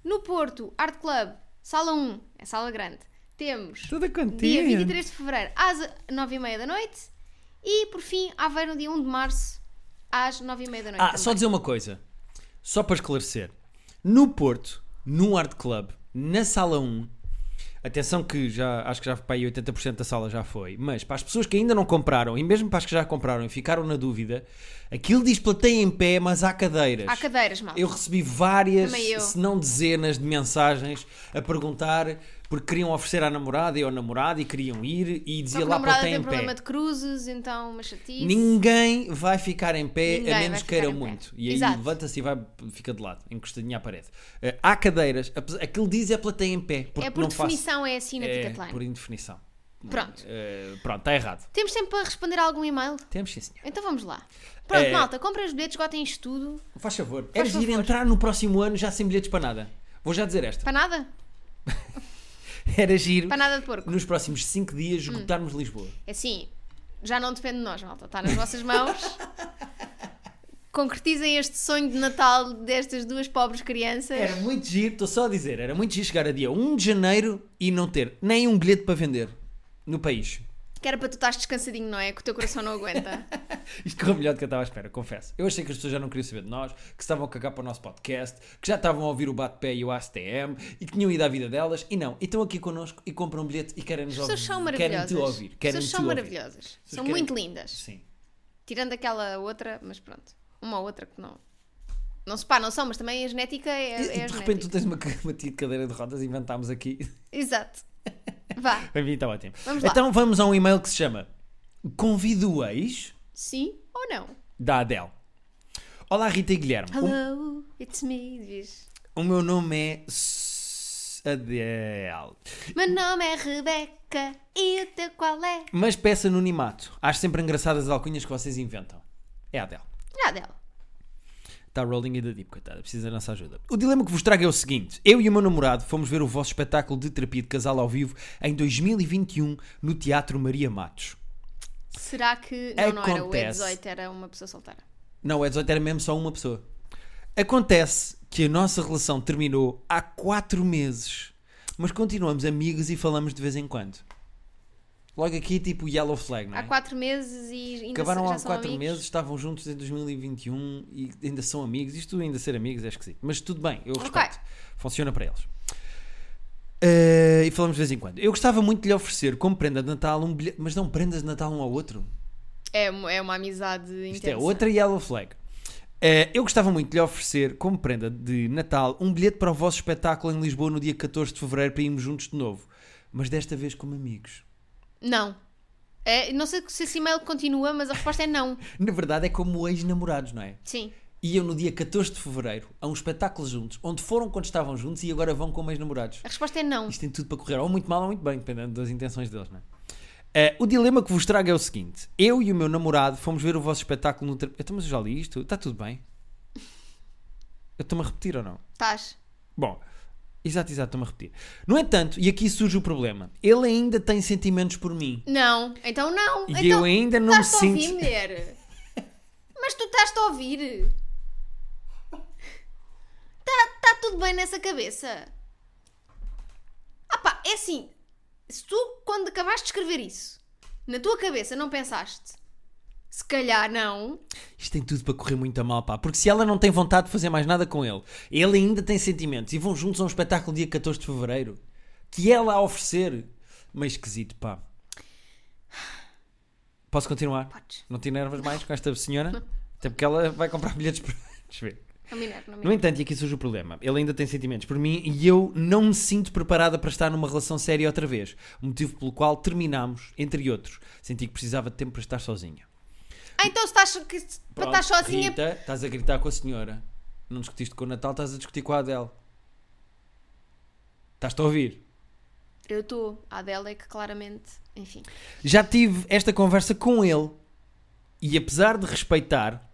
Speaker 2: No Porto, Art Club, sala 1, é sala grande, temos
Speaker 1: Tudo a
Speaker 2: dia
Speaker 1: quantia.
Speaker 2: 23 de fevereiro às 9h30 da noite e por fim Aveiro no dia 1 de março às 9h30 da noite.
Speaker 1: Ah,
Speaker 2: também.
Speaker 1: só dizer uma coisa. Só para esclarecer. No Porto, no Art Club, na sala 1, atenção que já acho que já para aí 80% da sala já foi, mas para as pessoas que ainda não compraram e mesmo para as que já compraram e ficaram na dúvida, aquilo diz plateia em pé, mas há cadeiras.
Speaker 2: Há cadeiras, mal.
Speaker 1: Eu recebi várias,
Speaker 2: Também eu.
Speaker 1: se não dezenas de mensagens a perguntar porque queriam oferecer à namorada e ao namorado e queriam ir e
Speaker 2: Só
Speaker 1: dizia
Speaker 2: que a
Speaker 1: lá para
Speaker 2: namorada
Speaker 1: o
Speaker 2: tem
Speaker 1: em
Speaker 2: problema
Speaker 1: pé.
Speaker 2: de cruzes, então uma chatice.
Speaker 1: Ninguém vai ficar em pé
Speaker 2: Ninguém
Speaker 1: a
Speaker 2: vai
Speaker 1: menos que
Speaker 2: ficar
Speaker 1: queira
Speaker 2: em pé.
Speaker 1: muito. E aí
Speaker 2: Exato.
Speaker 1: levanta-se e vai, fica de lado, encostadinha à parede. Eh, há cadeiras, apes- aquilo diz é plateia em pé, porque
Speaker 2: é por
Speaker 1: não faço.
Speaker 2: definição, é assim na
Speaker 1: É,
Speaker 2: Ticketline.
Speaker 1: por indefinição.
Speaker 2: Pronto.
Speaker 1: Eh, pronto, está errado.
Speaker 2: Temos tempo para responder a algum e-mail?
Speaker 1: Temos sim, senhor.
Speaker 2: Então vamos lá. Pronto,
Speaker 1: É.
Speaker 2: malta, comprem os bilhetes, esgotem isto tudo.
Speaker 1: Faz favor. Eres de ir
Speaker 2: favor.
Speaker 1: entrar no próximo ano já sem bilhetes para nada. Vou já dizer esta.
Speaker 2: Para nada?
Speaker 1: Era giro
Speaker 2: Para nada de porco.
Speaker 1: nos próximos 5 dias esgotarmos Lisboa.
Speaker 2: É assim, já não depende de nós, malta. Está nas vossas mãos. Concretizem este sonho de Natal destas duas pobres crianças.
Speaker 1: Era muito giro, estou só a dizer, era muito giro chegar a dia 1 de janeiro e não ter nem um bilhete para vender no país.
Speaker 2: Que era para tu estás descansadinho, não é? Que o teu coração não aguenta.
Speaker 1: Isto correu melhor do que eu estava à espera, confesso. Eu achei que as pessoas já não queriam saber de nós, que estavam a cagar para o nosso podcast, que já estavam a ouvir o Bate-Pé e o ACTM e que tinham ido à vida delas e não. E estão aqui connosco e compram um bilhete e querem nos
Speaker 2: As
Speaker 1: ouvir.
Speaker 2: pessoas são
Speaker 1: Querem
Speaker 2: maravilhosas.
Speaker 1: te ouvir. Querem
Speaker 2: As pessoas
Speaker 1: te
Speaker 2: são
Speaker 1: ouvir.
Speaker 2: maravilhosas. São
Speaker 1: querem-
Speaker 2: muito lindas.
Speaker 1: Sim.
Speaker 2: Tirando aquela outra, mas pronto. Uma outra que não. Não se pá, não são, mas também a genética
Speaker 1: E,
Speaker 2: é, é
Speaker 1: e
Speaker 2: a
Speaker 1: de
Speaker 2: genética.
Speaker 1: repente tu tens uma, ca- uma tia de cadeira de rodas e inventámos aqui.
Speaker 2: Exato. Vá.
Speaker 1: Para mim está ótimo.
Speaker 2: Vamos lá.
Speaker 1: então vamos a um e-mail que se chama Convido o ex
Speaker 2: Sim ou não?
Speaker 1: da Adele. Olá Rita e Guilherme. O-
Speaker 2: Hello, Oh, it's me, diz.
Speaker 1: O meu nome é S- Adele.
Speaker 2: Meu nome é Rebeca e o teu qual é?
Speaker 1: Mas peço anonimato. Acho sempre engraçadas as alcunhas que vocês inventam. É a Adele.
Speaker 2: Nada dela.
Speaker 1: Está rolling ainda deep, coitada. Precisa da nossa ajuda. O dilema que vos trago é o seguinte. Eu e o meu namorado fomos ver o vosso espetáculo de terapia de casal ao vivo em 2021 no Teatro Maria Matos.
Speaker 2: Será que. Não, não era o
Speaker 1: Acontece.
Speaker 2: E18, era uma pessoa solteira.
Speaker 1: Não, é 18, era mesmo só uma pessoa. Acontece que a nossa relação terminou há 4 meses, mas continuamos amigos e falamos de vez em quando. Logo aqui, tipo yellow flag, não é?
Speaker 2: Há quatro meses e ainda
Speaker 1: Acabaram
Speaker 2: já
Speaker 1: há
Speaker 2: são
Speaker 1: 4
Speaker 2: amigos?
Speaker 1: meses, estavam juntos em 2021 e ainda são amigos. Isto ainda ser amigos é esquisito. Mas tudo bem, eu
Speaker 2: Ok.
Speaker 1: respeito. Funciona para eles. Eh, e falamos de vez em quando. Eu gostava muito de lhe oferecer como prenda de Natal um bilhete, mas não prendas de Natal um ao outro.
Speaker 2: É, uma- é uma amizade intensa.
Speaker 1: Isto é outra yellow flag. Eh, eu gostava muito de lhe oferecer, como prenda de Natal, um bilhete para o vosso espetáculo em Lisboa no dia 14 de Fevereiro para irmos juntos de novo. Mas desta vez como amigos.
Speaker 2: Não. É, não sei se esse e-mail continua, mas a resposta é não.
Speaker 1: Na verdade é como ex-namorados, não é?
Speaker 2: Sim.
Speaker 1: Iam no dia 14 de Fevereiro a um espetáculo juntos, onde foram quando estavam juntos e agora vão como ex-namorados.
Speaker 2: A resposta é não.
Speaker 1: Isto tem tudo para correr ou muito mal ou muito bem, dependendo das intenções deles, não é? Eh, o dilema que vos trago é o seguinte: eu e o meu namorado fomos ver o vosso espetáculo no. Ter- Então, mas eu já li isto? Está tudo bem? Eu estou-me a repetir ou não?
Speaker 2: Estás.
Speaker 1: Bom, exato, exato, estou-me a repetir. No entanto, e aqui surge o problema: ele ainda tem sentimentos por mim.
Speaker 2: Não. Então não.
Speaker 1: E
Speaker 2: então,
Speaker 1: eu ainda não me
Speaker 2: estás-te a
Speaker 1: sinto.
Speaker 2: ouvir, mulher. mas tu estás-te a ouvir. Está tá tudo bem nessa cabeça. Ah pá, é assim. Se tu, quando acabaste de escrever isso, na tua cabeça não pensaste, se calhar não,
Speaker 1: Isto tem tudo para correr muito a mal, pá. Porque se ela não tem vontade de fazer mais nada com ele, ele ainda tem sentimentos e vão juntos a um espetáculo dia 14 de fevereiro que ela a oferecer. Mas esquisito, pá. Posso continuar?
Speaker 2: podes.
Speaker 1: Não te enervas mais com esta senhora? Até porque ela vai comprar bilhetes para. Deixa eu ver.
Speaker 2: Não me enervo, não me
Speaker 1: No entanto, e aqui surge o problema. Ele ainda tem sentimentos por mim e eu não me sinto preparada para estar numa relação séria outra vez. Motivo pelo qual terminámos, entre outros. Senti que precisava de tempo para estar sozinha.
Speaker 2: Ah, então se estás, que- se- para estar
Speaker 1: Pronto,
Speaker 2: sozinha.
Speaker 1: Rita, estás a gritar com a senhora. Não discutiste com o Natal, estás a discutir com a Adele. Estás-te a ouvir?
Speaker 2: Eu estou. A Adele é que claramente. Enfim.
Speaker 1: Já tive esta conversa com ele e apesar de respeitar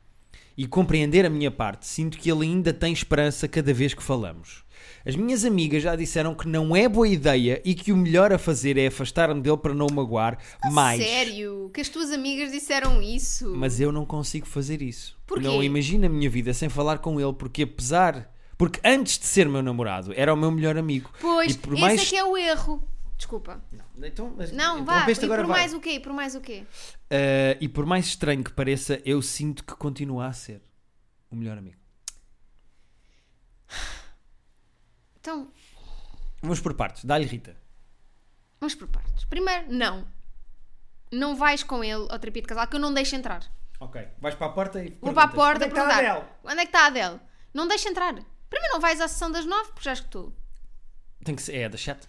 Speaker 1: e compreender a minha parte, sinto que ele ainda tem esperança cada vez que falamos. As minhas amigas já disseram que não é boa ideia e que o melhor a fazer é afastar-me dele para não o magoar mais.
Speaker 2: Sério? Que as tuas amigas disseram isso?
Speaker 1: Mas eu não consigo fazer isso.
Speaker 2: Porquê?
Speaker 1: Não imagino a minha vida sem falar com ele, porque apesar. Porque antes de ser meu namorado, era o meu melhor amigo.
Speaker 2: Pois,
Speaker 1: e por
Speaker 2: esse
Speaker 1: mais.
Speaker 2: é que é o erro. Desculpa.
Speaker 1: Então, mas-
Speaker 2: Não, vá. E
Speaker 1: interrompeste
Speaker 2: por
Speaker 1: agora, vai.
Speaker 2: mais o quê? Por mais o quê?
Speaker 1: Ah, e por mais estranho que pareça, eu sinto que continua a ser o melhor amigo.
Speaker 2: Então,
Speaker 1: Vamos por partes. Dá-lhe, Rita.
Speaker 2: vamos por partes. Primeiro, não. Não vais com ele ao terapia de casal, que eu não deixo entrar.
Speaker 1: Ok. Vais para a porta e.
Speaker 2: Vou para a porta perguntar. Onde é que está a Adele? Não deixo entrar. Primeiro não vais à sessão das nove, porque já escutou.
Speaker 1: Tem que ser. É, da chat.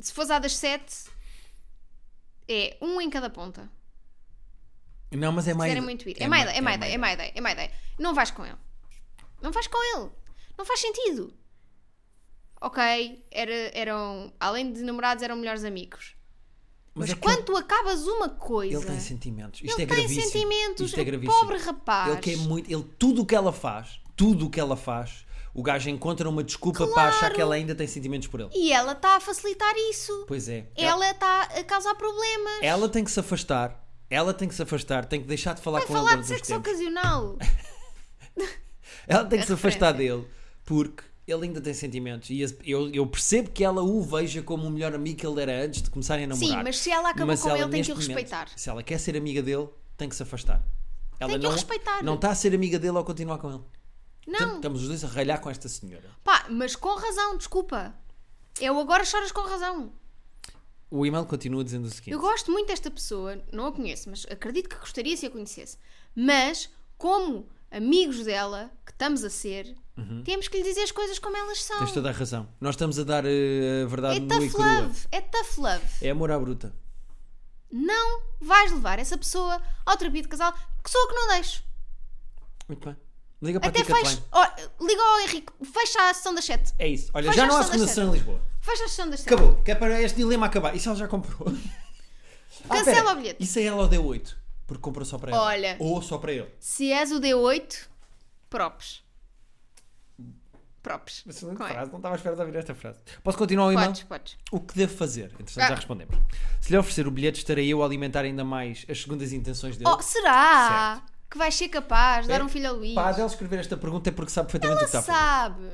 Speaker 2: se fores à das 7, é um em cada ponta.
Speaker 1: Não, mas é
Speaker 2: Se
Speaker 1: mais.
Speaker 2: quiserem muito ir. É Maida, é Maida, é Maida, é Maida. Não vais com ele. Não vais com ele. Não faz sentido. Ok, era- eram. Além de namorados, eram melhores amigos. Mas,
Speaker 1: é que
Speaker 2: quando tu acabas uma coisa.
Speaker 1: Ele, ele tem sentimentos. Isto
Speaker 2: Ele
Speaker 1: é
Speaker 2: tem
Speaker 1: gravíssimo.
Speaker 2: sentimentos.
Speaker 1: Isto é
Speaker 2: O
Speaker 1: gravíssimo.
Speaker 2: pobre rapaz.
Speaker 1: Ele quer muito. Ele, tudo o que ela faz, tudo o que ela faz, o gajo encontra uma desculpa para
Speaker 2: Claro.
Speaker 1: achar que ela ainda tem sentimentos por ele.
Speaker 2: E ela está a facilitar isso.
Speaker 1: Pois é.
Speaker 2: Ela está a causar problemas.
Speaker 1: Ela tem que se afastar. Ela tem que se afastar, tem que deixar de falar
Speaker 2: Vai
Speaker 1: com
Speaker 2: falar
Speaker 1: ele
Speaker 2: de
Speaker 1: durante uns
Speaker 2: sexo
Speaker 1: tempos.
Speaker 2: ocasional.
Speaker 1: Ela tem que
Speaker 2: A
Speaker 1: se afastar dele porque ele ainda tem sentimentos. E esse- eu, eu percebo que ela o veja como o melhor amigo que ele era antes de começarem a namorar.
Speaker 2: Sim, mas se ela acabou
Speaker 1: Mas
Speaker 2: com
Speaker 1: ela,
Speaker 2: ele, tem que o
Speaker 1: neste momento,
Speaker 2: respeitar.
Speaker 1: Se ela quer ser amiga dele, tem que se afastar. Ela
Speaker 2: Tem que o
Speaker 1: não,
Speaker 2: respeitar.
Speaker 1: Não está a ser amiga dele ao continuar com ele. Portanto,
Speaker 2: Não.
Speaker 1: estamos os dois a ralhar com esta senhora.
Speaker 2: Pá, mas com razão, desculpa. Eu agora choras com razão.
Speaker 1: O e-mail continua dizendo o seguinte:
Speaker 2: Eu gosto muito desta pessoa, não a conheço, mas acredito que gostaria se a conhecesse. Mas, como amigos dela, que estamos a ser, temos que lhe dizer as coisas como elas são.
Speaker 1: Uhum. Tens toda a razão. Nós estamos a dar eh, a verdade
Speaker 2: É
Speaker 1: no nua e
Speaker 2: tough
Speaker 1: crua.
Speaker 2: love, é tough love.
Speaker 1: É amor à bruta.
Speaker 2: Não vais levar essa pessoa ao terapia de casal, que sou eu que não deixo.
Speaker 1: Muito bem. Liga para a
Speaker 2: Até
Speaker 1: Tica
Speaker 2: fecho.
Speaker 1: Klein.
Speaker 2: ó, liga ao Henrique, fecha a sessão das 7.
Speaker 1: É isso. Olha,
Speaker 2: Fecha
Speaker 1: já não
Speaker 2: a
Speaker 1: há
Speaker 2: sessão
Speaker 1: segunda
Speaker 2: das
Speaker 1: sessão em Lisboa.
Speaker 2: Fecha a sessão das 7.
Speaker 1: Acabou. Que é para este dilema acabar. Isso ela já comprou. Ah,
Speaker 2: Cancela
Speaker 1: espera.
Speaker 2: o bilhete.
Speaker 1: Isso aí ela deu 8. Porque comprou só para ela.
Speaker 2: Olha.
Speaker 1: Ou só para ele.
Speaker 2: Se és o D8, props. Props.
Speaker 1: Excelente
Speaker 2: Com E.
Speaker 1: frase. Não estava à espera de ouvir esta frase. Posso continuar o e-mail?
Speaker 2: é? Podes, podes.
Speaker 1: O que devo fazer? Entretanto,
Speaker 2: Ah.
Speaker 1: já respondemos. Se lhe oferecer o bilhete, estarei eu a alimentar ainda mais as segundas intenções dele.
Speaker 2: Oh, será que vais ser capaz de dar um filho ao Luís?
Speaker 1: Pá, dela escrever esta pergunta é porque sabe perfeitamente
Speaker 2: Ela
Speaker 1: o É que está a fazer.
Speaker 2: sabe.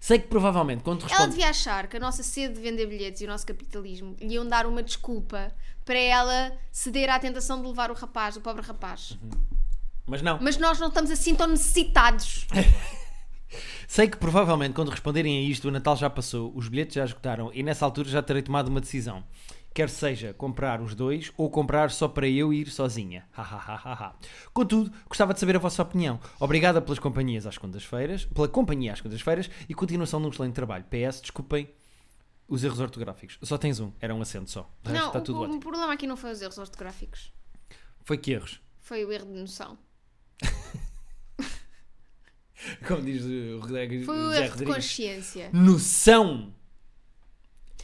Speaker 1: Sei que provavelmente, quando
Speaker 2: Ela
Speaker 1: responde.
Speaker 2: devia achar que a nossa sede de vender bilhetes e o nosso capitalismo lhe iam dar uma desculpa para ela ceder à tentação de levar o rapaz, o pobre rapaz.
Speaker 1: Uhum. Mas não.
Speaker 2: Mas nós não estamos assim tão necessitados.
Speaker 1: Sei que provavelmente, quando responderem a isto, o Natal já passou, os bilhetes já esgotaram e nessa altura já terei tomado uma decisão. Quer seja comprar os dois ou comprar só para eu ir sozinha. Ha, ha, ha, ha, ha. Contudo, gostava de saber a vossa opinião. Obrigada pelas companhias às quintas-feiras, pela companhia às quintas-feiras e continuação de um excelente trabalho. PS, desculpem os erros ortográficos. Só tens um, era um acento só. De resto
Speaker 2: não,
Speaker 1: está
Speaker 2: o,
Speaker 1: tudo
Speaker 2: o
Speaker 1: ótimo.
Speaker 2: problema aqui não foi os erros ortográficos.
Speaker 1: Foi que erros?
Speaker 2: Foi o erro de noção.
Speaker 1: Como diz o Rodrigues.
Speaker 2: Foi o
Speaker 1: Zé
Speaker 2: erro de
Speaker 1: Rodrigues.
Speaker 2: consciência.
Speaker 1: Noção!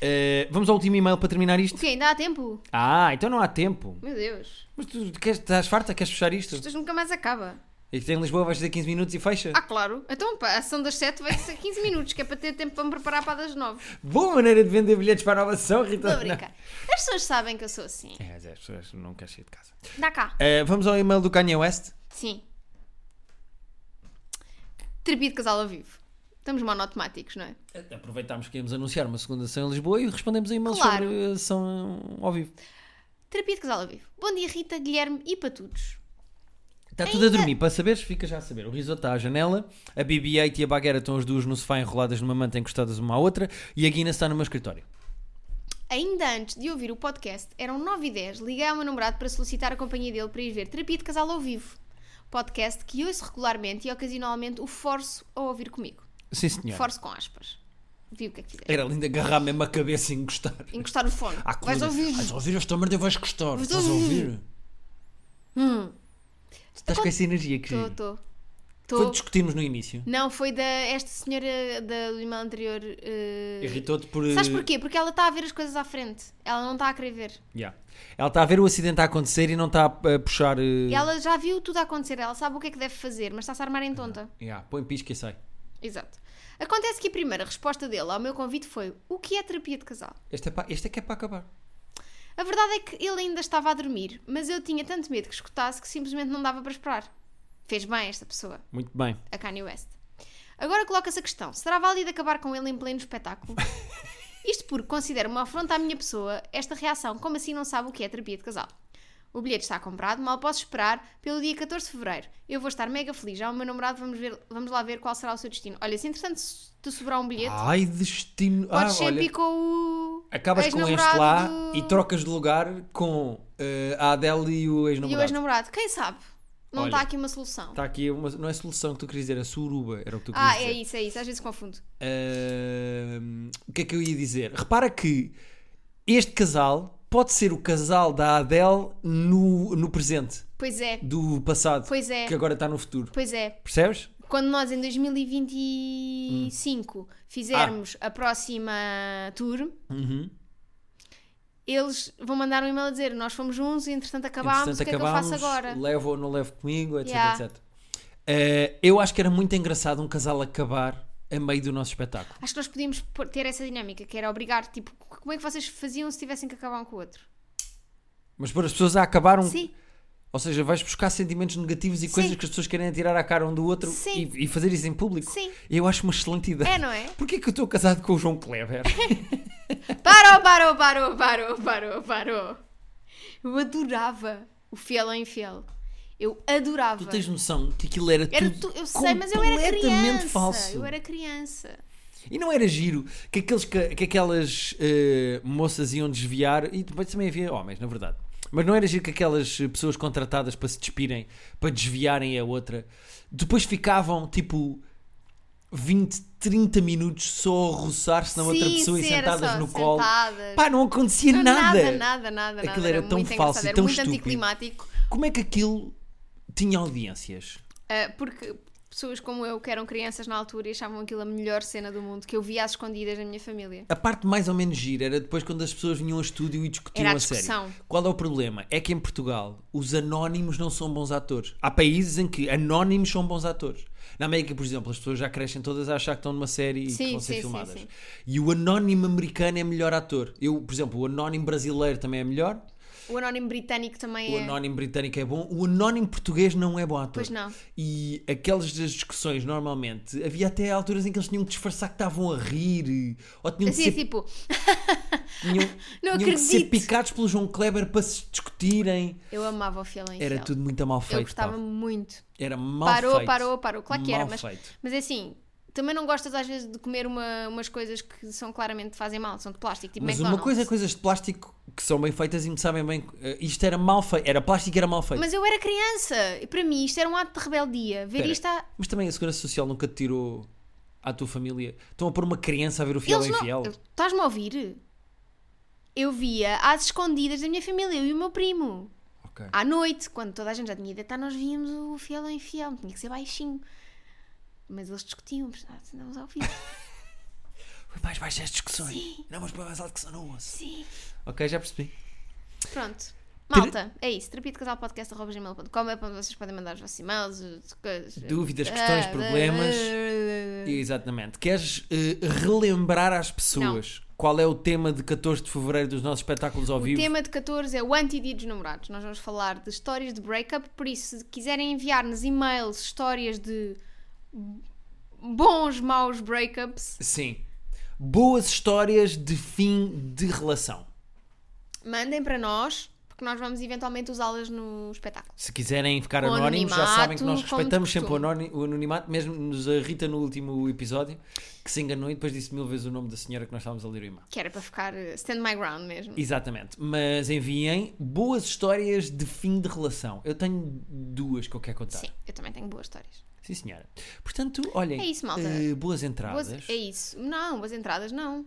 Speaker 1: Eh, vamos ao último e-mail para terminar isto?
Speaker 2: O quê? Ainda há tempo?
Speaker 1: Ah, então não há tempo.
Speaker 2: Meu Deus.
Speaker 1: Mas tu queres, estás farta? Queres fechar isto?
Speaker 2: Isto nunca mais acaba.
Speaker 1: E que tem em Lisboa vais fazer 15 minutos e fecha?
Speaker 2: Ah, claro. Então, pá, a sessão das 7 vai ser 15 minutos, que é para ter tempo para me preparar para a das 9.
Speaker 1: Boa maneira de vender bilhetes para a nova sessão, Rita.
Speaker 2: Estou a brincar. As pessoas sabem que eu sou assim.
Speaker 1: Não. É, as pessoas não querem sair de casa.
Speaker 2: Dá cá.
Speaker 1: Eh, vamos ao e-mail do Kanye West.
Speaker 2: Sim. Terapia de casal ao vivo. Estamos monotemáticos, não é?
Speaker 1: Eh, Aproveitámos que íamos anunciar uma segunda sessão em Lisboa e respondemos a e-mails
Speaker 2: Claro.
Speaker 1: sobre a sessão ao vivo.
Speaker 2: Terapia de casal ao vivo. Bom dia, Rita, Guilherme e para todos.
Speaker 1: Está tudo a dormir. Para saberes, fica já a saber. O risoto está à janela, a BB-8 e a Baguera estão as duas no sofá enroladas numa manta encostadas uma à outra e a Guina está no meu escritório.
Speaker 2: Ainda antes de ouvir o podcast, eram 9 e 10, liguei ao meu namorado para solicitar a companhia dele para ir ver Terapia de Casal ao Vivo. Podcast que ouço regularmente e ocasionalmente o forço a ouvir comigo.
Speaker 1: Sim, senhor.
Speaker 2: Forço com aspas. Vi o que é que fizeram.
Speaker 1: Era lindo agarrar mesmo a cabeça e encostar.
Speaker 2: Encostar o fone.
Speaker 1: À
Speaker 2: Vais
Speaker 1: coluna.
Speaker 2: ouvir.
Speaker 1: Vais ouvir esta merda e vais gostar.
Speaker 2: Vais
Speaker 1: Estás a
Speaker 2: ouvir. Hum. Então,
Speaker 1: ouvir? Estás com essa energia que
Speaker 2: Estou,
Speaker 1: giro. Foi
Speaker 2: estou.
Speaker 1: o que
Speaker 2: Estou.
Speaker 1: discutimos no início.
Speaker 2: Não, foi da esta senhora da do irmã anterior. eh,
Speaker 1: Irritou-te por.
Speaker 2: Sabes porquê? Porque ela está a ver as coisas à frente. Ela não está a querer ver.
Speaker 1: Yeah. Ela está a ver o acidente a acontecer e não está a a puxar. eh,
Speaker 2: E ela já viu tudo a acontecer. Ela sabe o que é que deve fazer, mas está-se a armar em tonta.
Speaker 1: Yeah, Põe pisca e sai.
Speaker 2: Exato. Acontece que a primeira resposta dele ao meu convite foi: O que é terapia de casal?
Speaker 1: Este é, pa- este é que é para acabar.
Speaker 2: A verdade é que ele ainda estava a dormir, mas eu tinha tanto medo que escutasse que simplesmente não dava para esperar. Fez bem esta pessoa.
Speaker 1: Muito bem.
Speaker 2: a Kanye West. Agora coloca-se a questão: será válido acabar com ele em pleno espetáculo? Isto porque considero uma afronta à minha pessoa esta reação, como assim não sabe o que é terapia de casal? O bilhete está comprado, mal posso esperar pelo dia 14 de fevereiro. Eu vou estar mega feliz, já o meu namorado, vamos, ver, vamos lá ver qual será o seu destino. Olha, se entretanto se te sobrar um bilhete,
Speaker 1: Ai, destino. Ah,
Speaker 2: podes sempre
Speaker 1: olha.
Speaker 2: ir com o.
Speaker 1: Acabas com este
Speaker 2: ex-namorado
Speaker 1: lá
Speaker 2: do-
Speaker 1: e trocas de lugar com eh, a Adele e o
Speaker 2: E o
Speaker 1: ex-namorado.
Speaker 2: ex-namorado, quem sabe? Não
Speaker 1: Olha.
Speaker 2: está aqui uma solução.
Speaker 1: Está aqui uma. Não é solução que tu querias dizer, é suruba. Era o que tu querias
Speaker 2: ah,
Speaker 1: dizer.
Speaker 2: é isso, é isso, às vezes confundo.
Speaker 1: Ahm, o que é que eu ia dizer? Repara que Este casal pode ser o casal da Adele no, no presente,
Speaker 2: Pois é,
Speaker 1: do passado,
Speaker 2: pois é,
Speaker 1: que agora está no futuro.
Speaker 2: pois é.
Speaker 1: Percebes?
Speaker 2: Quando nós em 2025 fizermos a próxima tour,
Speaker 1: Uhum.
Speaker 2: eles vão mandar um e-mail a dizer nós fomos juntos e entretanto acabámos,
Speaker 1: Entretanto,
Speaker 2: o que é que eu faço agora?
Speaker 1: Levo ou não levo comigo, etc,
Speaker 2: Yeah.
Speaker 1: etc. Eh, eu acho que era muito engraçado um casal acabar a meio do nosso espetáculo.
Speaker 2: Acho que nós podíamos pôr- ter essa dinâmica, que era obrigar, tipo, c- como é que vocês faziam se tivessem que acabar um com o outro?
Speaker 1: Mas pôr as pessoas a acabar um...
Speaker 2: Sim,
Speaker 1: Ou seja, vais buscar sentimentos negativos e
Speaker 2: Sim.
Speaker 1: coisas que as pessoas querem atirar à cara um do outro
Speaker 2: Sim.
Speaker 1: e, e fazer isso em público.
Speaker 2: Sim.
Speaker 1: Eu acho uma excelente ideia.
Speaker 2: é, não é?
Speaker 1: Porquê que eu estou casado com o João Clever?
Speaker 2: Parou, parou, parou, parou, parou, parou. Eu adorava o fiel ou infiel. Eu adorava.
Speaker 1: tu tens noção que aquilo era,
Speaker 2: Era
Speaker 1: tudo
Speaker 2: tu- eu sei, mas eu era
Speaker 1: completamente
Speaker 2: criança.
Speaker 1: falso.
Speaker 2: Eu era criança.
Speaker 1: E não era giro que, aqueles, que, que aquelas eh, moças iam desviar, e depois também havia homens, na verdade. Mas não era giro que aquelas eh, pessoas contratadas para se despirem, para desviarem a outra, depois ficavam tipo 20, 30 minutos só a roçar-se na outra
Speaker 2: Sim,
Speaker 1: pessoa e
Speaker 2: sim, era
Speaker 1: sentadas
Speaker 2: só
Speaker 1: no colo.
Speaker 2: sentadas.
Speaker 1: Pá, não acontecia
Speaker 2: Não,
Speaker 1: nada.
Speaker 2: nada, nada, nada.
Speaker 1: Aquilo
Speaker 2: nada.
Speaker 1: era tão
Speaker 2: muito
Speaker 1: falso e
Speaker 2: engraçado, era
Speaker 1: tão
Speaker 2: muito
Speaker 1: estúpido.
Speaker 2: anticlimático.
Speaker 1: Como é que aquilo tinha audiências?
Speaker 2: ah, porque pessoas como eu, que eram crianças na altura e achavam aquilo a melhor cena do mundo, que eu via às escondidas na minha família.
Speaker 1: A parte mais ou menos gira era depois quando as pessoas vinham ao estúdio e discutiam
Speaker 2: Era a
Speaker 1: a sério.
Speaker 2: discussão.
Speaker 1: Qual é o problema? É que em Portugal os anónimos não são bons atores. Há países em que anónimos são bons atores. Na América, por exemplo, as pessoas já crescem todas a achar que estão numa série e que
Speaker 2: Sim,
Speaker 1: vão ser
Speaker 2: sim, sim,
Speaker 1: filmadas.
Speaker 2: sim.
Speaker 1: E o anónimo americano é melhor ator. Eu, por exemplo, o anónimo brasileiro também é melhor,
Speaker 2: O anónimo britânico também
Speaker 1: o
Speaker 2: é.
Speaker 1: anónimo britânico é bom, o anónimo português não é bom ator.
Speaker 2: Pois não.
Speaker 1: E aquelas das discussões, normalmente, havia até alturas em que eles tinham que disfarçar que estavam a rir ou tinham que
Speaker 2: Assim,
Speaker 1: ser
Speaker 2: é tipo,
Speaker 1: tinham,
Speaker 2: Não
Speaker 1: tinham que ser
Speaker 2: acredito.
Speaker 1: picados pelo João Kleber para se discutirem.
Speaker 2: eu amava o fiel ou infiel.
Speaker 1: Era tudo muito mal feito.
Speaker 2: Então, Eu gostava
Speaker 1: pá.
Speaker 2: muito.
Speaker 1: Era mal
Speaker 2: Parou,
Speaker 1: feito.
Speaker 2: parou, parou. Claro que era,
Speaker 1: Mal
Speaker 2: mas,
Speaker 1: feito.
Speaker 2: mas é assim, também não gostas às vezes de comer uma- umas coisas que são claramente fazem mal, são de plástico, tipo
Speaker 1: Mas uma
Speaker 2: McDonald's.
Speaker 1: coisa é coisas de plástico que são bem feitas e me sabem bem. eh, Isto era mal feito. Era plástico e era mal feito.
Speaker 2: Mas eu era criança e para mim isto era um ato de rebeldia. Ver
Speaker 1: Espera,
Speaker 2: isto a...
Speaker 1: mas também a Segurança Social nunca te tirou à tua família. Estão a pôr uma criança a ver o fiel ou
Speaker 2: Eles
Speaker 1: infiel?
Speaker 2: não. Estás-me a ouvir? Eu via às escondidas da minha família, eu e o meu primo.
Speaker 1: Ok.
Speaker 2: À noite, quando toda a gente já tinha ido deitar, nós víamos o fiel ou infiel, tinha que ser baixinho. Mas eles discutiam, mas nós andávamos ao vivo.
Speaker 1: Foi mais baixo as discussões. Não, mas para mais alto que só não ouço.
Speaker 2: Sim.
Speaker 1: Ok, já percebi.
Speaker 2: Pronto. Malta, é isso. Terapia de casal podcast arroba gmail.com é para onde vocês podem mandar os vossos e-mails, as coisas.
Speaker 1: Dúvidas, questões,
Speaker 2: Ah,
Speaker 1: problemas.
Speaker 2: ah,
Speaker 1: Exatamente. Queres eh, relembrar às pessoas qual é o tema de 14 de fevereiro dos nossos espetáculos ao
Speaker 2: O
Speaker 1: vivo?
Speaker 2: tema de 14 é o anti-dia dos namorados. Nós vamos falar de histórias de breakup, por isso, se quiserem enviar-nos e-mails, histórias de bons, maus breakups,
Speaker 1: Sim. Boas histórias de fim de relação.
Speaker 2: mandem para nós, porque nós vamos eventualmente usá-las no espetáculo.
Speaker 1: Se quiserem ficar
Speaker 2: Com
Speaker 1: anónimos, já sabem que nós
Speaker 2: anonimato, como
Speaker 1: respeitamos
Speaker 2: de
Speaker 1: sempre o,
Speaker 2: costume.
Speaker 1: anoni- o anonimato, mesmo nos a Rita no último episódio, que se enganou e depois disse mil vezes o nome da senhora que nós estávamos a ler o e-mail.
Speaker 2: Que era para ficar eh, stand my ground mesmo.
Speaker 1: Exatamente. Mas enviem boas histórias de fim de relação. Eu tenho duas que eu quero contar.
Speaker 2: Sim, eu também tenho boas histórias.
Speaker 1: Sim, senhora. Portanto, olhem,
Speaker 2: É isso, malta.
Speaker 1: eh, boas entradas.
Speaker 2: Boas- é isso. Não, boas entradas não.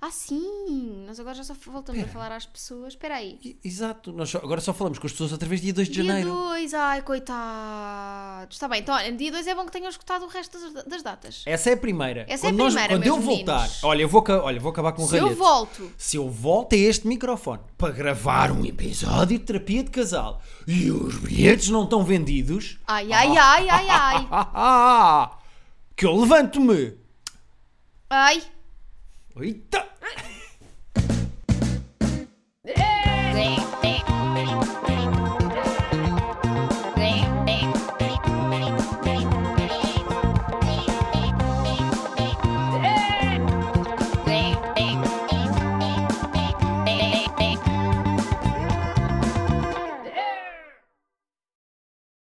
Speaker 2: Ah, sim! Nós agora já só voltamos a falar às pessoas. Espera aí.
Speaker 1: I- Exato, nós só- agora só falamos com as pessoas outra vez dia 2 de
Speaker 2: Dia
Speaker 1: janeiro.
Speaker 2: 2, ai coitados. Está bem, então olha, dia 2 é bom que tenham escutado o resto das, das datas.
Speaker 1: Essa é a primeira.
Speaker 2: Essa é a
Speaker 1: Quando nós-
Speaker 2: primeira,
Speaker 1: Quando
Speaker 2: meus
Speaker 1: eu voltar,
Speaker 2: meninos.
Speaker 1: olha, eu vou, ca- olha, vou acabar com o
Speaker 2: Se eu
Speaker 1: Um ralhete.
Speaker 2: volto,
Speaker 1: Se eu volto a este microfone para gravar um episódio de terapia de casal e os bilhetes não estão vendidos, ah,
Speaker 2: ai ai ai ai ai,
Speaker 1: que eu levanto-me.
Speaker 2: ai.
Speaker 1: Eita!
Speaker 2: Ai.